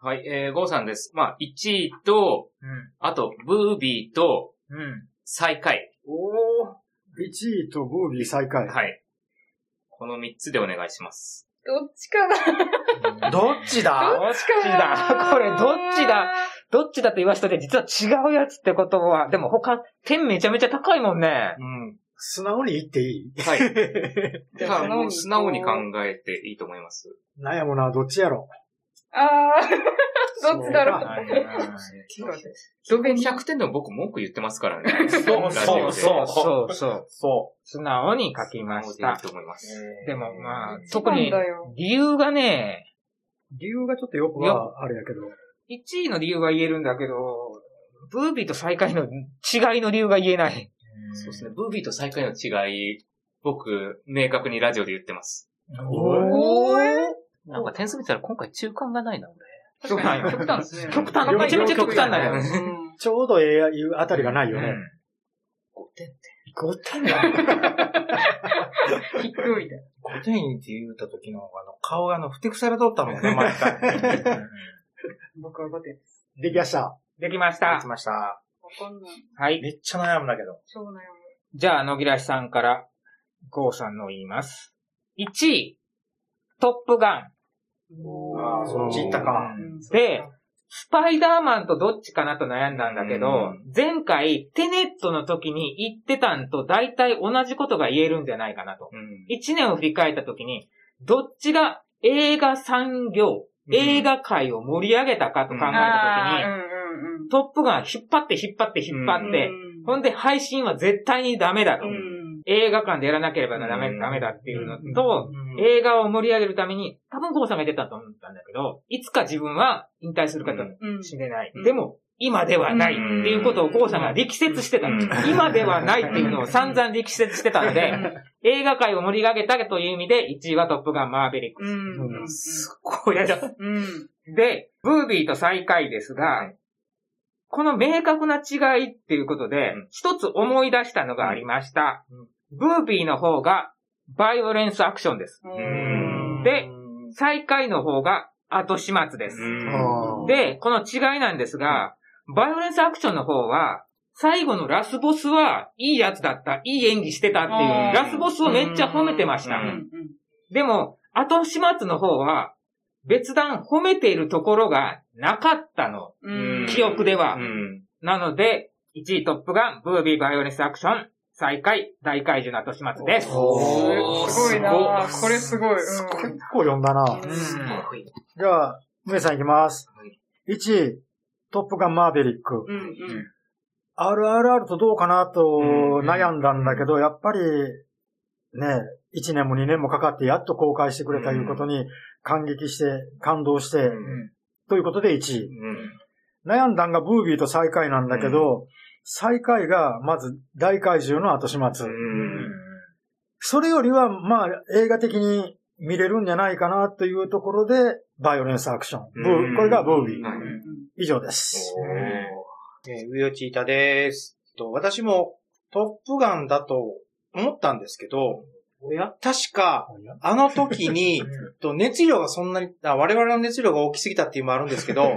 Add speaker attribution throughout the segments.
Speaker 1: はい、えー、ゴーさんです。まあ、1位と、あと、ブービーと、
Speaker 2: うん。うん。
Speaker 1: 最下位。
Speaker 2: おー。1位とブービー最下位。
Speaker 1: はい。この3つでお願いします。
Speaker 3: どっちかな
Speaker 4: どっちだ
Speaker 3: どっちかな
Speaker 4: だこれどっちだどっちだと言わしたで、実は違うやつってことは、でも他、点めちゃめちゃ高いもんね。
Speaker 1: うん。
Speaker 2: 素直に言っていい
Speaker 1: はい。
Speaker 3: じ
Speaker 1: じ
Speaker 3: ゃ
Speaker 1: ゃ
Speaker 3: あ
Speaker 1: あ、もう素直に考
Speaker 3: 素直に
Speaker 1: えていいと思います。
Speaker 2: なんやもな、どっちやろ。
Speaker 3: あー、どっちだろ
Speaker 2: そう
Speaker 3: う。
Speaker 2: か
Speaker 3: どべに。
Speaker 1: 100点でも僕文句言ってますからね。。
Speaker 4: そうそうそううそうそう。
Speaker 2: そ
Speaker 4: 素直に書きま
Speaker 1: 直
Speaker 4: し
Speaker 1: でいい
Speaker 4: た。
Speaker 1: と思います。
Speaker 4: でもまあ、
Speaker 3: 一
Speaker 4: 特
Speaker 3: 番
Speaker 4: に
Speaker 3: だよ
Speaker 4: 理由がね、
Speaker 2: 理由がちょっとよくはあれやけど。
Speaker 4: 1位の理由が言えるんだけど、ブービーと最下位の違いの理由が言えない。
Speaker 1: そうですね。ブービーと最下位の違い、僕、明確にラジオで言ってます。
Speaker 4: おー
Speaker 1: なんか点数見たら今回中間がないな、
Speaker 4: そうなんよ
Speaker 3: 極端ですね。
Speaker 4: 極端めちゃめちゃ極端だよ。
Speaker 1: う
Speaker 3: うんん
Speaker 2: ちょうどええいうあたりがないよね。
Speaker 1: 5点って。
Speaker 4: 5点 だ。
Speaker 3: 低いね。
Speaker 5: 古典員って言うた時の、あの、顔があの、ふてくされとったもん ね、毎回。
Speaker 3: 僕は5点です。
Speaker 2: できました。
Speaker 4: できまし
Speaker 5: で
Speaker 4: た
Speaker 5: き。ました。
Speaker 3: わかんない。
Speaker 4: はい。
Speaker 5: めっちゃ悩むんだけど。
Speaker 3: 超悩む。
Speaker 4: じゃあ、野木らしさんから、ゴーさんの言います。1位、トップガン。
Speaker 2: あーそっち行ったか。
Speaker 3: うん
Speaker 4: で、スパイダーマンとどっちかなと悩んだんだけ
Speaker 1: う
Speaker 4: ど、前回、テネットの時に言ってたんと大体同じことが言えるんじゃないかなと。
Speaker 1: うん。
Speaker 4: 1年を振り返った時に、どっちが映画産業、
Speaker 1: うん
Speaker 4: 映画界を盛り上げたかと考えた時に、
Speaker 3: あーうんうんうん
Speaker 4: トップガン引っ張って引っ張って引っ張って、
Speaker 3: うん
Speaker 4: ほんで配信は絶対にダメだと。
Speaker 3: うん
Speaker 4: 映画館でやらなければダメ,、
Speaker 1: うん
Speaker 4: ダメだっていうのと、
Speaker 2: うん
Speaker 4: 映画を盛り上げるために、多分郷さんが出たと思ったんだけど、いつか自分は引退するかも
Speaker 3: うん
Speaker 4: しれない。
Speaker 3: うん
Speaker 4: でも、今ではないっていうことを郷さんが力説してたの、
Speaker 1: うん
Speaker 4: 今ではないっていうのを散々力説してたので、映画界を盛り上げたという意味で、1位はトップガンマーベリック
Speaker 3: うんうんうん
Speaker 4: ス。これだ。
Speaker 3: うん
Speaker 4: で、ブービーと最下位ですが、この明確な違いっていうことで
Speaker 1: うん、
Speaker 4: 一つ思い出したのがありました
Speaker 2: うん。
Speaker 4: ブービーの方が、バイオレンスアクションです。
Speaker 1: ん
Speaker 4: で、最下位の方が、後始末です。
Speaker 2: うん、
Speaker 4: で、この違いなんですが、バイオレンスアクションの方は、最後のラスボスは、いいやつだった、いい演技してたっていう
Speaker 3: う、ん
Speaker 4: ラスボスをめっちゃ褒めてました。
Speaker 1: うん
Speaker 4: でも、後始末の方は、別段褒めているところがなかったの。
Speaker 3: うん
Speaker 4: 記憶では
Speaker 1: うん。
Speaker 4: なので、1位トップガン、ブービーバイオレンスアクション、最下位、大怪獣の後始末です。
Speaker 1: おー
Speaker 3: すごいなこれすごい。うん
Speaker 2: 結構読んだな。
Speaker 3: うん
Speaker 2: じゃあ、梅さんいきます。1位、トップガンマーベリック。
Speaker 3: うんうん。
Speaker 2: RRR とどうかなと
Speaker 1: うん
Speaker 2: 悩んだんだけど、やっぱり、ね、1年も2年もかかってやっと公開してくれたいうことに感激して、感動して、ということで1位。悩んだんがブービーと最下位なんだけど、最下位がまず大怪獣の後始末。それよりは、まあ、映画的に見れるんじゃないかなというところで、バイオレンスアクション。ブ
Speaker 1: うん
Speaker 2: ーこれがブービー。
Speaker 1: はい
Speaker 2: 以上です。
Speaker 5: えー、ウヨチータです。と、私も、トップガンだと思ったんですけど、確か、あの時に、 と熱量がそんなに、あ我々の熱量が大きすぎたっていうのもあるんですけど、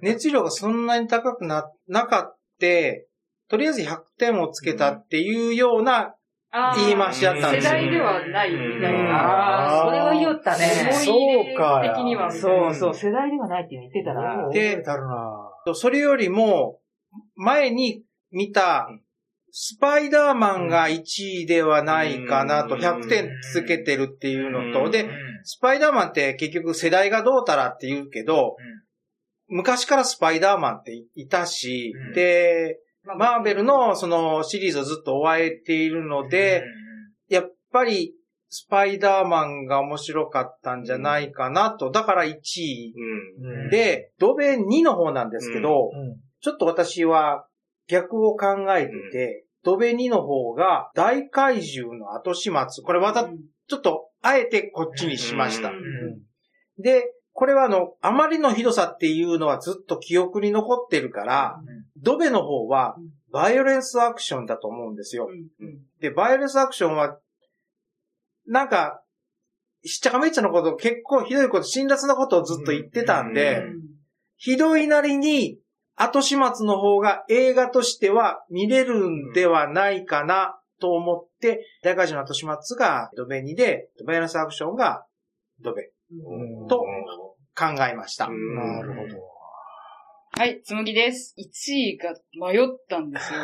Speaker 5: 熱量がそんなに高くな、なかって、とりあえず100点をつけたっていうような
Speaker 3: あー
Speaker 5: 言い回しだったん
Speaker 3: 世
Speaker 5: ですよ。
Speaker 3: 代ではないみたい
Speaker 1: うん
Speaker 3: な。
Speaker 2: あーそれは言
Speaker 4: った
Speaker 2: ね
Speaker 3: 思い入れ的には。
Speaker 4: そうそう、世代ではないって言ってたな。
Speaker 5: で
Speaker 2: で、たるな
Speaker 5: とそれよりも、前に見た、スパイダーマンが1位ではないかなと、
Speaker 1: うん
Speaker 5: 100点つけてるっていうのと、
Speaker 1: う
Speaker 5: で、スパイダーマンって結局世代がどうたらって言うけど、昔からスパイダーマンっていたし、
Speaker 1: うん
Speaker 5: で、マーベルのそのシリーズをずっと終えているので、やっぱりスパイダーマンが面白かったんじゃないかなと、だから1位。
Speaker 2: うん
Speaker 5: で、ドベ2の方なんですけど、
Speaker 2: うん
Speaker 5: ちょっと私は逆を考えてて、ドベ2の方が大怪獣の後始末。これまたちょっとあえてこっちにしました。で、これはあの、あまりのひどさっていうのはずっと記憶に残ってるから、ドベの方は
Speaker 3: うん
Speaker 5: バイオレンスアクションだと思うんですよ。
Speaker 3: う
Speaker 5: で、バイオレンスアクションは、なんか、しっちゃかめっちゃのこと、結構ひどいこと、辛辣なことをずっと言ってたんで、
Speaker 1: うん
Speaker 3: ん。
Speaker 5: ひどいなりに、後始末の方が映画としては見れるんではないかなと思って、大怪獣の後始末がドベニで、バイオレンスアクションがドベ
Speaker 2: うん
Speaker 5: と考えました。
Speaker 1: うん
Speaker 2: なるほど。
Speaker 3: はい、つむぎです。1位が迷ったんですよ。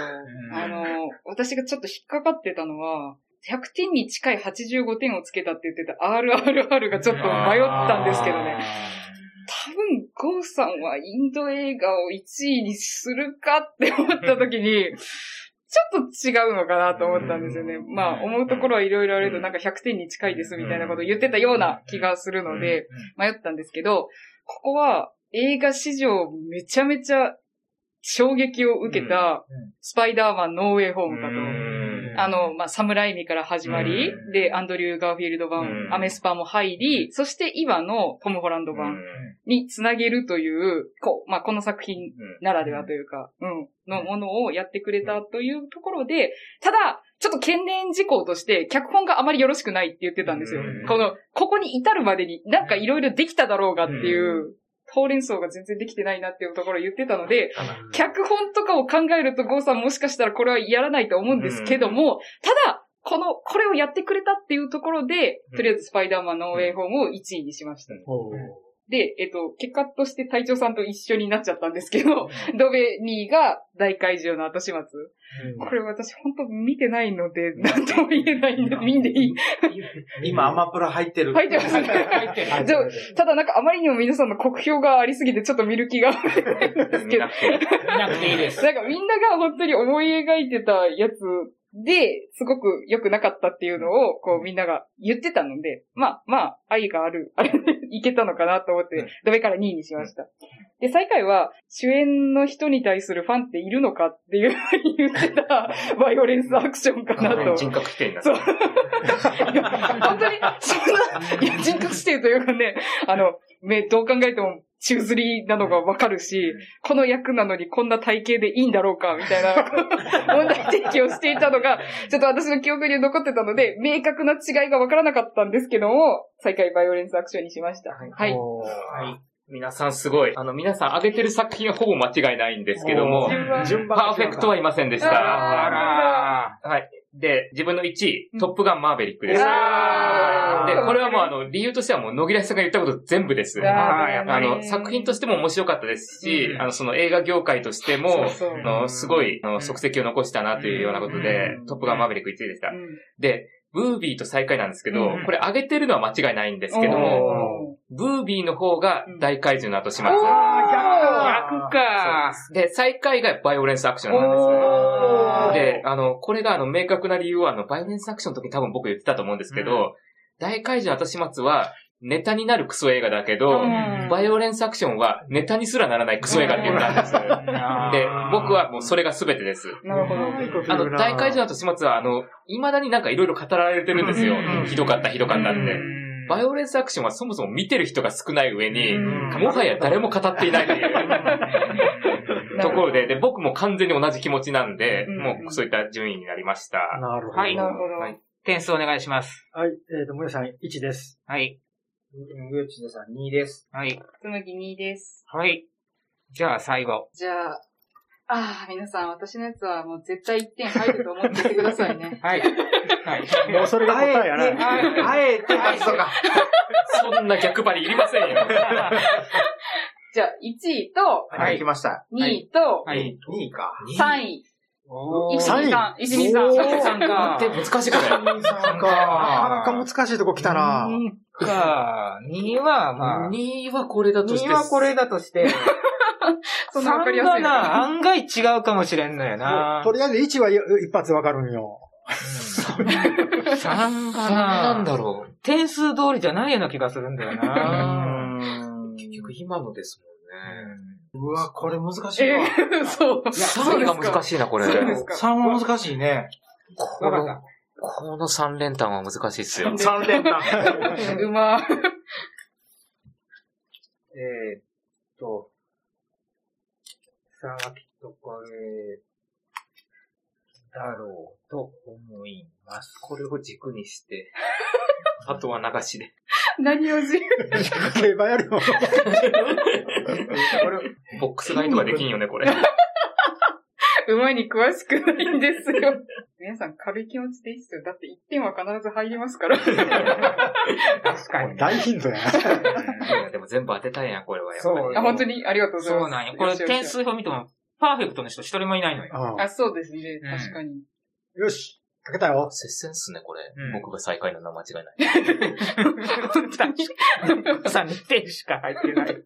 Speaker 3: あの、私がちょっと引っかかってたのは、100点に近い85点をつけたって言ってた RRR がちょっと迷ったんですけどね。多分、ゴーさんはインド映画を1位にするかって思った時に、ちょっと違うのかなと思ったんですよね。
Speaker 1: うん
Speaker 3: まあ、思うところはいろいろあるけ
Speaker 1: う
Speaker 3: ど、
Speaker 1: ん
Speaker 3: なんか100点に近いですみたいなことを言ってたような気がするので、迷ったんですけど、ここは映画史上めちゃめちゃ衝撃を受けた
Speaker 5: うんうん、
Speaker 3: スパイダーマンノーウェイホームかと。
Speaker 5: うん
Speaker 3: あの、まあ、サムライミから始まり、
Speaker 1: う
Speaker 3: で、アンドリュー・ガーフィールド
Speaker 1: う
Speaker 3: 版、
Speaker 1: ん
Speaker 3: アメスパも入り、そして今のトム・ホランド版につなげるという、こう、まあ、この作品ならではというか、うん、のものをやってくれたというところで、ただ、ちょっと懸念事項として、脚本があまりよろしくないって言ってたんですよ
Speaker 1: うん。
Speaker 3: この、ここに至るまでになんかいろいろできただろうがっていう、ほうれん草が全然できてないなっていうところを言ってたので、脚本とかを考えるとゴーさんもしかしたらこれはやらないと思うんですけども、ただ、この、これをやってくれたっていうところで、とりあえずスパイダーマンのウェイホームを1位にしました。
Speaker 2: ほう
Speaker 3: で、えっと、結果として隊長さんと一緒になっちゃったんですけど、ドベニーが大怪獣の後始末。これ私本当見てないので、なんとも言えないんで、見んでいい。
Speaker 5: 今、アマプラ入ってる。
Speaker 3: 入ってます
Speaker 4: 入
Speaker 3: ね。
Speaker 4: ってる
Speaker 2: はい
Speaker 3: じゃあただなんかあまりにも皆さんの酷評がありすぎてちょっと見る気が。
Speaker 1: ですけど。
Speaker 4: 見なくていいです。
Speaker 3: なんかみんなが本当に思い描いてたやつで、すごく良くなかったっていうのを、こうみんなが言ってたので、まあまあ、愛がある、あれでいけたのかなと思っ
Speaker 1: うん
Speaker 3: て、ドベから2位にしました。で、最下位は、主演の人に対するファンっているのかっていう言ってた、バイオレンスアクションかな
Speaker 1: 完全に
Speaker 3: と。
Speaker 1: 人格否定になっ
Speaker 3: そ
Speaker 1: た
Speaker 3: う。いや本当に、そんな、いや人格指定というかね、あの、めどう考えても宙吊りなのがわかるし、この役なのにこんな体型でいいんだろうか、みたい な問題提起をしていたのが、ちょっと私の記憶に残ってたので、明確な違いがわからなかったんですけども、最下位バイオレンスアクションにしました。はい。
Speaker 2: ほう
Speaker 1: はい。皆さんすごい。あの、皆さん上げてる作品はほぼ間違いないんですけども、
Speaker 5: 順番
Speaker 1: パ
Speaker 5: が
Speaker 1: ーフェクトはいませんでし
Speaker 3: あ
Speaker 1: た。
Speaker 4: あら
Speaker 1: で、自分の1位
Speaker 3: う、ん
Speaker 1: トップガンマーベリックです。で、
Speaker 3: あ
Speaker 4: ー
Speaker 1: これはもうあの、理由としてはもう、野木らしさんが言ったこと全部です。
Speaker 4: ー
Speaker 1: あ
Speaker 4: やっぱり
Speaker 1: の、作品としても面白かったですし
Speaker 4: う、ん
Speaker 1: あの、その映画業界として
Speaker 3: そ
Speaker 1: も
Speaker 3: う、そう
Speaker 1: あの、すごい、あの、足跡を残したなというようなことで
Speaker 3: う、ん
Speaker 1: トップガンマーベリック1位でした
Speaker 3: う。ん
Speaker 1: で、ブービーと最下位なんですけど
Speaker 4: うん、
Speaker 1: これ上げてるのは間違いないんですけども、
Speaker 3: お
Speaker 1: ブービーの方が大怪獣の後始末
Speaker 3: ー。
Speaker 4: 逆か。
Speaker 1: で、最下位がバイオレンスアクションなんですよね。
Speaker 3: おー
Speaker 1: で、あの、これがあの、明確な理由は、あの、バイオレンスアクションの時に多分僕言ってたと思うんですけど、大怪獣後始末は、ネタになるクソ映画だけど、
Speaker 3: うん
Speaker 1: バイオレンスアクションは、ネタにすらならないクソ映画って言ったんですよ。 で、僕はもうそれが全てです。
Speaker 3: なるほど。
Speaker 1: あの、大怪獣後始末は、あの、未だになんか色々語られてるんですよ
Speaker 4: うん。
Speaker 1: ひどかった、ひどかったっ
Speaker 4: う
Speaker 1: て。バイオレンスアクションはそもそも見てる人が少ない上に、
Speaker 4: うん
Speaker 1: もはや誰も語っていないというところで、で、僕も完全に同じ気持ちなんで、
Speaker 3: うん
Speaker 1: もうそういった順位になりました。
Speaker 2: なるほど。
Speaker 4: は
Speaker 2: はいい。
Speaker 3: なるほど。
Speaker 1: はい
Speaker 4: 点数お願いします。
Speaker 2: えっと、もやさん1です。
Speaker 4: はい。
Speaker 5: グーチネさん2位です。
Speaker 4: はい。
Speaker 3: つむぎ2です。
Speaker 4: はい。じゃあ最後。。
Speaker 3: じゃあ、ああ、皆さん、私のやつはもう絶対1点入ると思っててくださいね
Speaker 4: はい。はい。
Speaker 2: もうそれが答えや
Speaker 5: あえて、
Speaker 2: な。
Speaker 5: あえて、あそうか。
Speaker 1: そんな逆張りいりませんよ。
Speaker 3: じゃあ、1位と、
Speaker 5: はい、行きました。
Speaker 3: 2位と、
Speaker 4: はい。
Speaker 5: 2位か。
Speaker 3: 3位。
Speaker 4: お
Speaker 3: 一
Speaker 2: 三
Speaker 3: 味さん、一味さん。
Speaker 2: おー
Speaker 3: 一味さんが。
Speaker 4: あ
Speaker 1: で、難しいから。
Speaker 5: 3
Speaker 2: なかなか難しいとこ来たな。
Speaker 4: か、2はまあ、
Speaker 1: 2位はこれだとして。
Speaker 4: 2はこれだとして、
Speaker 3: そ
Speaker 4: 3
Speaker 3: んなわかりやす
Speaker 4: が
Speaker 3: いの
Speaker 4: な、案外違うかもしれんのよな。
Speaker 2: とりあえず1は一発わかるんよ。
Speaker 4: 3が
Speaker 1: なん
Speaker 4: な、
Speaker 1: だろう。
Speaker 4: 点数通りじゃないような気がするんだよな。
Speaker 1: 結局今のです
Speaker 5: うわ、これ難しい
Speaker 3: え
Speaker 5: わ。
Speaker 3: ー、そう。
Speaker 1: もんね。3位が難
Speaker 3: い。
Speaker 1: しいな、これ。
Speaker 3: そうですか
Speaker 5: 3は難しいね。
Speaker 1: こ
Speaker 4: わかっ
Speaker 1: の
Speaker 4: た。、
Speaker 1: この3連単は難しいっすよ。
Speaker 5: 3連単。
Speaker 3: うま
Speaker 4: えーっと、さあ、きっとこれ、だろうと思います。
Speaker 1: これを軸にして、 あとは流しで。
Speaker 3: 何をじ、
Speaker 2: 競馬やるよ。
Speaker 4: これ、
Speaker 1: ス買いとかできんよね、これ。
Speaker 3: 馬に詳しくないんですよ。皆さん軽い気持ちでいいっすよ。だって1点は必ず入りますから。
Speaker 4: 確かに。
Speaker 2: 大ヒントやな。
Speaker 1: いやでも全部当てたいやん、これはやっぱり。
Speaker 4: そう
Speaker 3: あ、本当にあり がとうございます。
Speaker 4: そうなんよ。これ
Speaker 3: よしよし
Speaker 4: 点数表見ても、パーフェクトの人一人もいない のよ。
Speaker 2: うん
Speaker 3: あ、そうですね。
Speaker 4: うん
Speaker 3: 確かに。
Speaker 2: よし、かけたよ。
Speaker 1: 接戦っすね、これ。
Speaker 4: うん
Speaker 1: 僕が最下位なのは間違いない。
Speaker 4: 二人しか、さ、2点しか入ってない。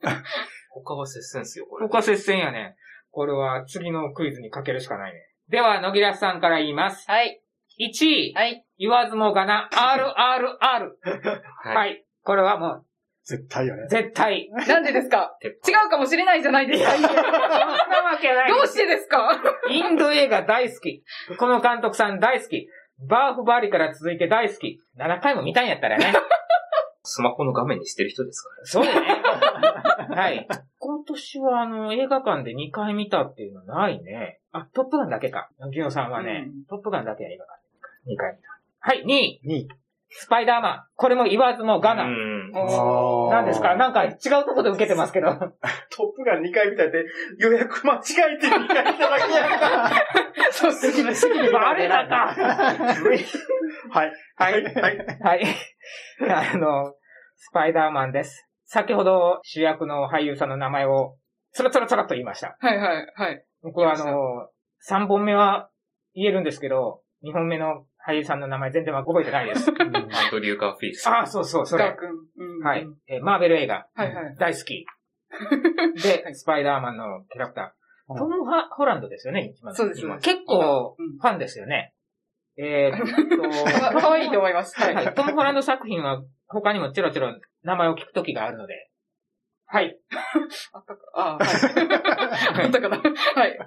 Speaker 1: 他は接戦っすよ、これ。
Speaker 4: ここは接戦やね。これは次のクイズにかけるしかないね。では、野木らさんから言います。
Speaker 3: はい。
Speaker 4: 1位、
Speaker 3: はい。
Speaker 4: 言わずもがな、RRR。
Speaker 1: はい。
Speaker 4: はい。これはも
Speaker 2: 絶対よ
Speaker 4: う、
Speaker 2: ね。
Speaker 4: 絶対。
Speaker 3: なんでですか
Speaker 1: 鉄板
Speaker 3: 違うかもしれないじゃないですか。
Speaker 4: そんなわけない。
Speaker 3: どうしてですか
Speaker 4: インド映画大好き。この監督さん大好き。バーフバリから続いて大好き。7回も見たんやったらね。
Speaker 1: スマホの画面にしてる人ですからね。
Speaker 4: そうね。 はい。今年はあの、映画館で2回見たっていうのないね。あ、トップガンだけか。ギ野さんはね、
Speaker 3: うん
Speaker 4: トップガンだけは映画館で2回見た。はい、2位。
Speaker 2: 2位。
Speaker 4: スパイダーマン。これも言わず もがな。
Speaker 1: うん。
Speaker 3: お
Speaker 4: 何ですかなんか違うとこで受けてますけど。
Speaker 5: トップガン2回見たって、予約間違えて2回いただけや んか。
Speaker 3: そうすぎる。
Speaker 4: バレたか。
Speaker 2: はい。
Speaker 4: はい。
Speaker 5: はい。
Speaker 4: はい。あの、スパイダーマンです。先ほど主役の俳優さんの名前を、つらつらつらっと言いました。
Speaker 3: はいはいはい。
Speaker 4: 僕はあの、3本目は言えるんですけど、2本目の俳優さんの名前全然覚えてない です。
Speaker 1: アンドリュー・ガーフィールス。
Speaker 4: ああ、そうそう、そ
Speaker 3: ガ
Speaker 4: れ。
Speaker 3: くん。うん
Speaker 4: はい。えーマーベル映画。
Speaker 3: はいはい
Speaker 4: 大好 き。で、スパイダーマンのキャラクタ
Speaker 2: う
Speaker 4: ー。
Speaker 2: ん
Speaker 4: トム・ハホランドですよね、今の
Speaker 3: そうです
Speaker 4: 今結構
Speaker 3: うん、
Speaker 4: ファンですよね。 えーっと、
Speaker 3: かかわいいと思います。は。
Speaker 4: はいい。トム・ホランド作品は他にもちょろちょろ名前を聞くときがあるので。はい。
Speaker 3: あったか。あはい。あったかな。はい。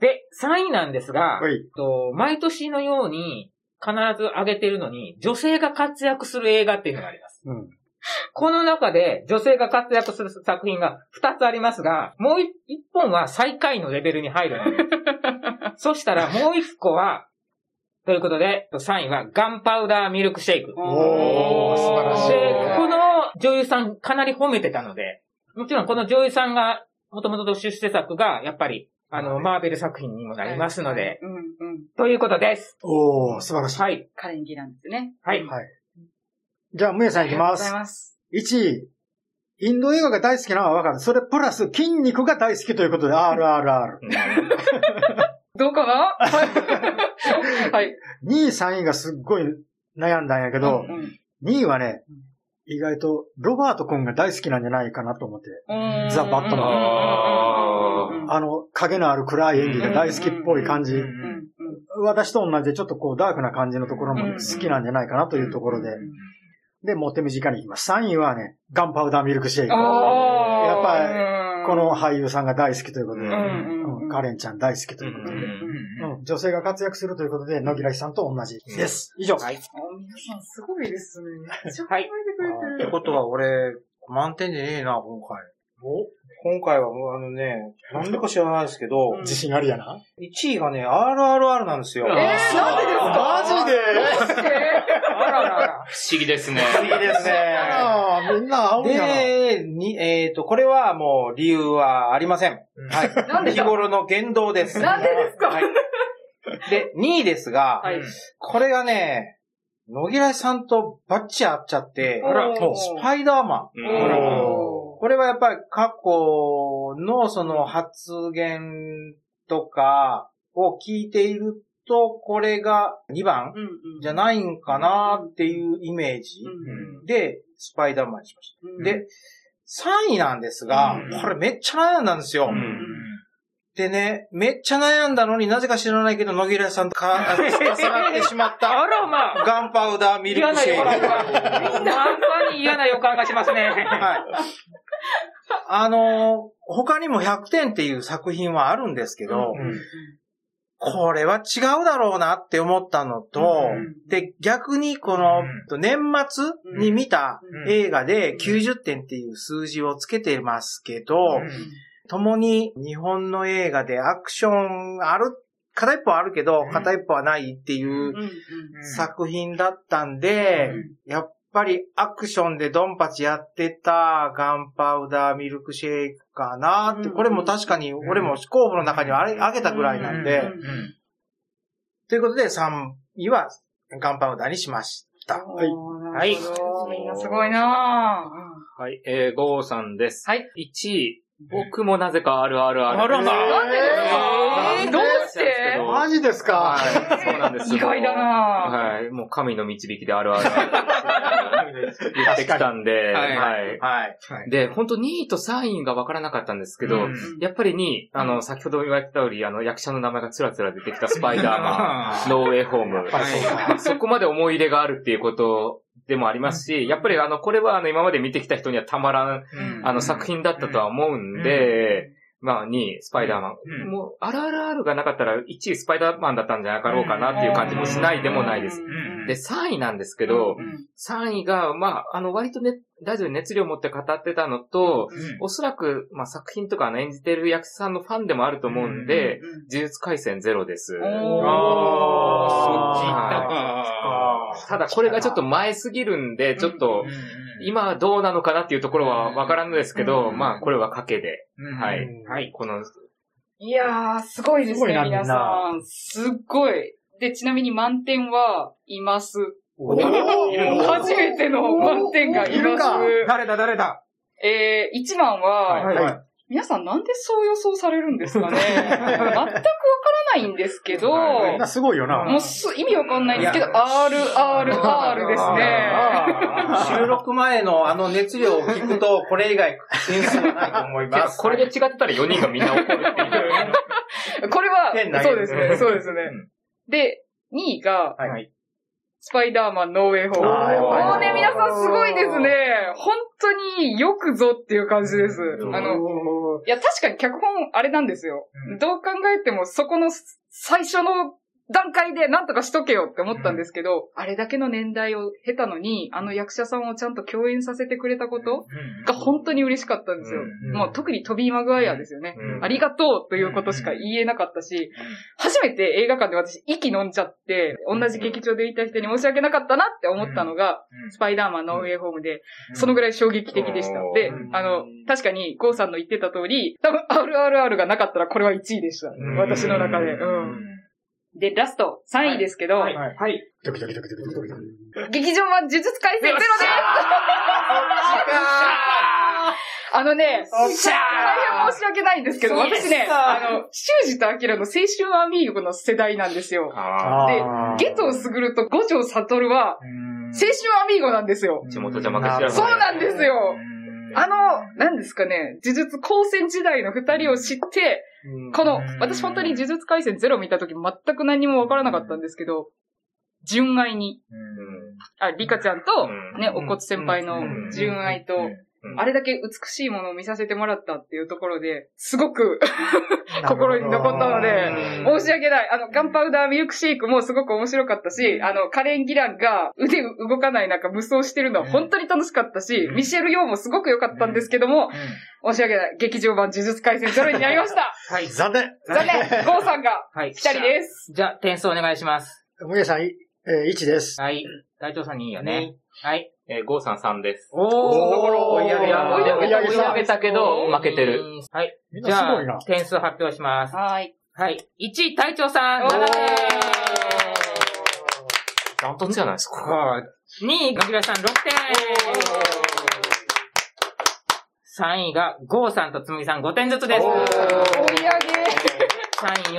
Speaker 4: で、3位なんですが、
Speaker 2: は
Speaker 4: えっ
Speaker 2: い。
Speaker 4: と毎年のように必ず上げてるのに、女性が活躍する映画っていうのがあります。
Speaker 2: うん。
Speaker 4: この中で女性が活躍する作品が2つありますが、もう1本は最下位のレベルに入 るので。そしたらもう1個は、ということで、3位はガンパウダーミルクシェイク。
Speaker 2: おー素晴らしい
Speaker 4: で
Speaker 2: おー、
Speaker 4: この女優さんかなり褒めてたので、もちろんこの女優さんが、もともとの出世作が、やっぱり、あの、マーベル作品にもなりますので、
Speaker 3: うんうん。
Speaker 4: ということです。
Speaker 2: おー、素晴らしい。は
Speaker 4: はい。
Speaker 3: カレンギなんですね。
Speaker 4: はい。
Speaker 2: い。じゃあ、むえさんいき
Speaker 3: ありが
Speaker 2: ま
Speaker 3: とうござい
Speaker 2: す。
Speaker 3: ます。
Speaker 2: 1位。インド映画が大好きなのはわかる。それプラス筋肉が大好きということで、RRR。
Speaker 1: うん
Speaker 3: どうかなはい。
Speaker 2: 2位、3位がすっごい悩んだんやけ
Speaker 3: う
Speaker 2: ど、
Speaker 3: んうん
Speaker 2: 2位はね
Speaker 3: うん、
Speaker 2: 意外とロバート君が大好きなんじゃないかなと思って。
Speaker 3: うん
Speaker 2: ザバットマン
Speaker 3: うんうんうんうんうん
Speaker 2: あの、影のある暗い演技が大好きっぽい感じ。
Speaker 4: うん
Speaker 3: うんうん
Speaker 2: 私と同じでちょっとこうダークな感じのところも好きなんじゃないかなというところで
Speaker 3: うんうん。
Speaker 2: で、持って短に行きます。3位はね、ガンパウダーミルクシェイク。
Speaker 3: ああ。
Speaker 2: やっ
Speaker 3: ぱ
Speaker 2: この、俳優さんが大好きということで、
Speaker 1: う
Speaker 3: うん
Speaker 2: う
Speaker 3: うんん。
Speaker 2: カレンちゃん大好きということで、うん女性が活躍するということで、野木らさんと同じです。以上。
Speaker 4: は
Speaker 3: あ
Speaker 4: い。
Speaker 3: 皆さんすごいですね。めっちゃ考
Speaker 4: は
Speaker 3: え
Speaker 4: い
Speaker 3: てくれてる。
Speaker 5: ってことは俺、満点じゃねえな、今回。今回はもうあのね、なんでか知らないですけど、
Speaker 3: うん
Speaker 2: 自信ありやな。
Speaker 5: 1位がね、RRR なんですよ。
Speaker 1: えーなんでです
Speaker 3: か
Speaker 5: マジで
Speaker 4: あららら。
Speaker 1: 不思議ですね。
Speaker 5: 不思議ですね。
Speaker 2: ああ、みんな青いな。
Speaker 5: で、に、えっ、と、これはもう理由はありません。はい。
Speaker 3: なんで
Speaker 5: 日
Speaker 3: だ
Speaker 5: 頃の言動です。
Speaker 3: なんでですか
Speaker 5: はいで、2位ですが、
Speaker 3: はい
Speaker 1: うん
Speaker 5: これがね、野木らさんとバッチ合っちゃって、
Speaker 3: あら
Speaker 5: もうスパイダーマン。
Speaker 1: うん
Speaker 3: ほら
Speaker 5: これはやっぱり過去のその発言とかを聞いていると、これが2番
Speaker 3: うんうん
Speaker 5: じゃないんかなっていうイメージ
Speaker 3: うん
Speaker 5: で、スパイダーマンにしまし
Speaker 3: うん
Speaker 5: た。で、3位なんですが
Speaker 1: うん、
Speaker 5: これめっちゃ悩んだんですよ。でね、めっちゃ悩んだのになぜか知らないけど、野木らさんとか重なってしまっ
Speaker 4: あ
Speaker 5: た。
Speaker 4: らまあ。
Speaker 5: ガンパウダーミル
Speaker 4: 嫌
Speaker 5: ク
Speaker 4: な
Speaker 5: シェ
Speaker 4: 予
Speaker 5: イ
Speaker 4: 感
Speaker 5: ク。
Speaker 4: が。なんかに嫌な予感がしますね。
Speaker 5: はい。あのー他にも100点っていう作品はあるんですけ
Speaker 2: う
Speaker 5: ど、
Speaker 2: ん
Speaker 5: これは違うだろうなって思ったのと、
Speaker 3: うん
Speaker 5: で、逆にこの、年末に見た
Speaker 4: うん
Speaker 5: 映画で90点っていう数字をつけてますけど、
Speaker 4: うん
Speaker 5: 共に日本の映画でアクションある、片一方あるけど
Speaker 4: うん、
Speaker 5: 片一方はないっていう
Speaker 3: うんうん
Speaker 5: 作品だったんで、
Speaker 3: うん
Speaker 5: やっぱりアクションでドンパチやってたガンパウダーミルクシェイクかなって、
Speaker 3: うん
Speaker 5: これも確かに俺も候補の中にはあれ、あげたぐらいなんで、
Speaker 3: うん
Speaker 5: ということで3位はガンパウダーにしました。
Speaker 2: はい
Speaker 3: はい。
Speaker 1: はい
Speaker 3: みんなすごいなぁ。
Speaker 1: はい、えー、ゴーさんです。
Speaker 3: はい。
Speaker 1: 1位、僕もなぜか RRR。
Speaker 5: あらま
Speaker 3: なんで
Speaker 1: えー
Speaker 3: ですかどうして
Speaker 2: マジですか
Speaker 1: はい、そうなんです
Speaker 3: 意外だなぁ。
Speaker 1: はい、もう神の導きで RRR 言ってきたんで、
Speaker 5: はい
Speaker 1: はい。
Speaker 5: はい。
Speaker 1: で、本当2位と3位が分からなかったんですけど、
Speaker 5: うん
Speaker 1: やっぱりに、あの、先ほど言われた通り、あの、役者の名前がつらつら出てきたスパイダーマ ン、ノーウェイホーム。
Speaker 5: ぱりそうか
Speaker 1: そこまで思い入れがあるっていうことでもありますし、やっぱりあの、これはあの、今まで見てきた人にはたまらん、
Speaker 3: うん
Speaker 1: あの、作品だったとは思うんで、まあ、2位、スパイダーマン。
Speaker 5: うん
Speaker 1: もう、RRR がなかったら、1位スパイダーマンだったんじゃなかろうかなっていう感じもしないでもないです。
Speaker 3: うん
Speaker 1: で、3位なんですけど、
Speaker 3: うん
Speaker 1: 3位が、まあ、あの、割とね、ラジオに熱量を持って語ってたのと、おそらく、まあ、作品とかあの演じてる役者さんのファンでもあると思うんで、
Speaker 3: うん
Speaker 1: 呪術回戦ゼロです。
Speaker 3: おー
Speaker 5: あ
Speaker 4: そっち行った
Speaker 5: あ
Speaker 4: か。
Speaker 1: ただ、これがちょっと前すぎるんで、ちょっと、今どうなのかなっていうところはわからんのですけど、
Speaker 3: うん
Speaker 1: まあ、これは賭けで、
Speaker 5: うん
Speaker 1: は
Speaker 5: う
Speaker 1: い
Speaker 5: ん。
Speaker 1: はい。この、
Speaker 3: いやー、すごいです
Speaker 2: すごい
Speaker 3: ね、
Speaker 2: な
Speaker 3: 皆さん。すっごい。で、ちなみに満点は、います。
Speaker 5: おーいるの
Speaker 3: 初めての満点がい
Speaker 5: いる
Speaker 3: ます
Speaker 5: か。
Speaker 4: 誰だ誰だ
Speaker 3: えー、一番は、
Speaker 5: はいはい
Speaker 3: 皆さんなんでそう予想されるんですかね全くわからないんですけど、
Speaker 1: はい
Speaker 2: みんなすごいよな。
Speaker 3: もうす意味わかんないんですけど、
Speaker 5: い
Speaker 3: RRR
Speaker 5: や
Speaker 3: で
Speaker 5: あ
Speaker 3: すね。
Speaker 5: ー収録前のあの熱量を聞くと、これ以外点数はないと思い
Speaker 1: てか
Speaker 5: ます。
Speaker 1: これで違ってたら4人がみんな怒るっていう。
Speaker 3: これは
Speaker 5: 変な、
Speaker 3: そうですね、そうですね
Speaker 1: うん。
Speaker 3: で、2位が、
Speaker 5: はい。
Speaker 3: スパイダーマンノーウェイホーム。
Speaker 2: あーやっぱり
Speaker 3: もうね、皆さんすごいですね。本当によくぞっていう感じです。あの、いや、確かに脚本あれなんですよ。
Speaker 5: うん
Speaker 3: どう考えても、そこの最初の段階でなんとかしとけよって思ったんですけど、あれだけの年代を経たのに、あの役者さんをちゃんと共演させてくれたことが本当に嬉しかったんですよ。
Speaker 5: うん
Speaker 3: もう特にトビー・マグワイアですよね。
Speaker 1: うん
Speaker 3: ありがとうということしか言えなかったし、初めて映画館で私息飲んじゃって、同じ劇場でいた人に申し訳なかったなって思ったのが、スパイダーマンのウェイホームで、そのぐらい衝撃的でした
Speaker 1: うん。
Speaker 3: で
Speaker 5: う、ん
Speaker 3: あの、確かにゴーさんの言ってた通り、多分 RRR がなかったらこれは1位でした。
Speaker 5: ん
Speaker 3: 私の中で。うん。で、ラスト3位ですけど、
Speaker 5: はい。はい。
Speaker 4: はい。
Speaker 2: ドキドキドキドキドキドキ。
Speaker 3: 劇場版呪術改正ゼロですあのね、
Speaker 5: おっ
Speaker 3: 大
Speaker 5: しゃー
Speaker 3: 変申し訳ないんですけど、
Speaker 5: そうで
Speaker 3: 私
Speaker 5: す
Speaker 3: ね、
Speaker 5: か
Speaker 3: あの、修二と明の青春アミーゴの世代なんですよ。
Speaker 1: あ
Speaker 2: あー
Speaker 3: ゲトウスグルと五条悟は、青春アミーゴなんですよ。
Speaker 1: 地元じゃ負け知らず
Speaker 3: そうなんですよ。あの、なんですかね、呪術高専時代の二人を知って、この、私本当に呪術回戦ゼロ見た時全く何もわからなかったんですけど、純愛に、あ、リカちゃんと、ね、
Speaker 5: うん
Speaker 3: お骨先輩の
Speaker 5: うん
Speaker 3: 純愛と、
Speaker 1: うん
Speaker 3: あれだけ美しいものを見させてもらったっていうところで、すごく心に残ったので、申し訳ない。あの、ガンパウダーミルクシェイクもすごく面白かったし、あの、カレン・ギランが腕動かない中無双してるのは本当に楽しかったし、ミシェル・ヨーもすごく良かったんですけども、申し訳ない。劇場版呪術回戦ゼロになりました。
Speaker 4: はい。
Speaker 2: 残念
Speaker 3: 残念。ゴーさんが
Speaker 4: はい。
Speaker 3: ピタリです。
Speaker 4: じゃあ、点数お願いします。
Speaker 2: むげさん、いえー、1です。
Speaker 4: はい。大長さんにいいよね。はい。
Speaker 1: えー、ゴーさん3です。
Speaker 4: お
Speaker 5: おー追い上げた
Speaker 4: 追い上げた
Speaker 2: 追い上
Speaker 1: げたけど負けてる。
Speaker 4: はい。
Speaker 2: みん
Speaker 4: じ
Speaker 2: なす
Speaker 4: ゃ
Speaker 2: ごいな
Speaker 4: あ、。点数発表します。
Speaker 3: はい。
Speaker 4: はい。1位、隊長さん、
Speaker 3: おー
Speaker 4: 7です。
Speaker 1: ダントツじゃないですか。
Speaker 4: 2位、ガキラさん、6点。3位が、ゴーさんとつむぎさん、5点ずつです。
Speaker 5: おー
Speaker 3: 追い上げ。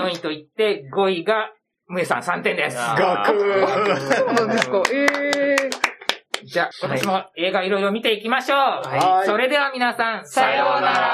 Speaker 4: 3位、4位といって、5位が、むえさん、3点です。
Speaker 1: が
Speaker 3: そう
Speaker 2: 学
Speaker 3: なんですか。ええー。
Speaker 4: じゃあ、今年も映画いろいろ見ていきましょう。
Speaker 2: はい
Speaker 4: それでは皆さん、
Speaker 1: さようなら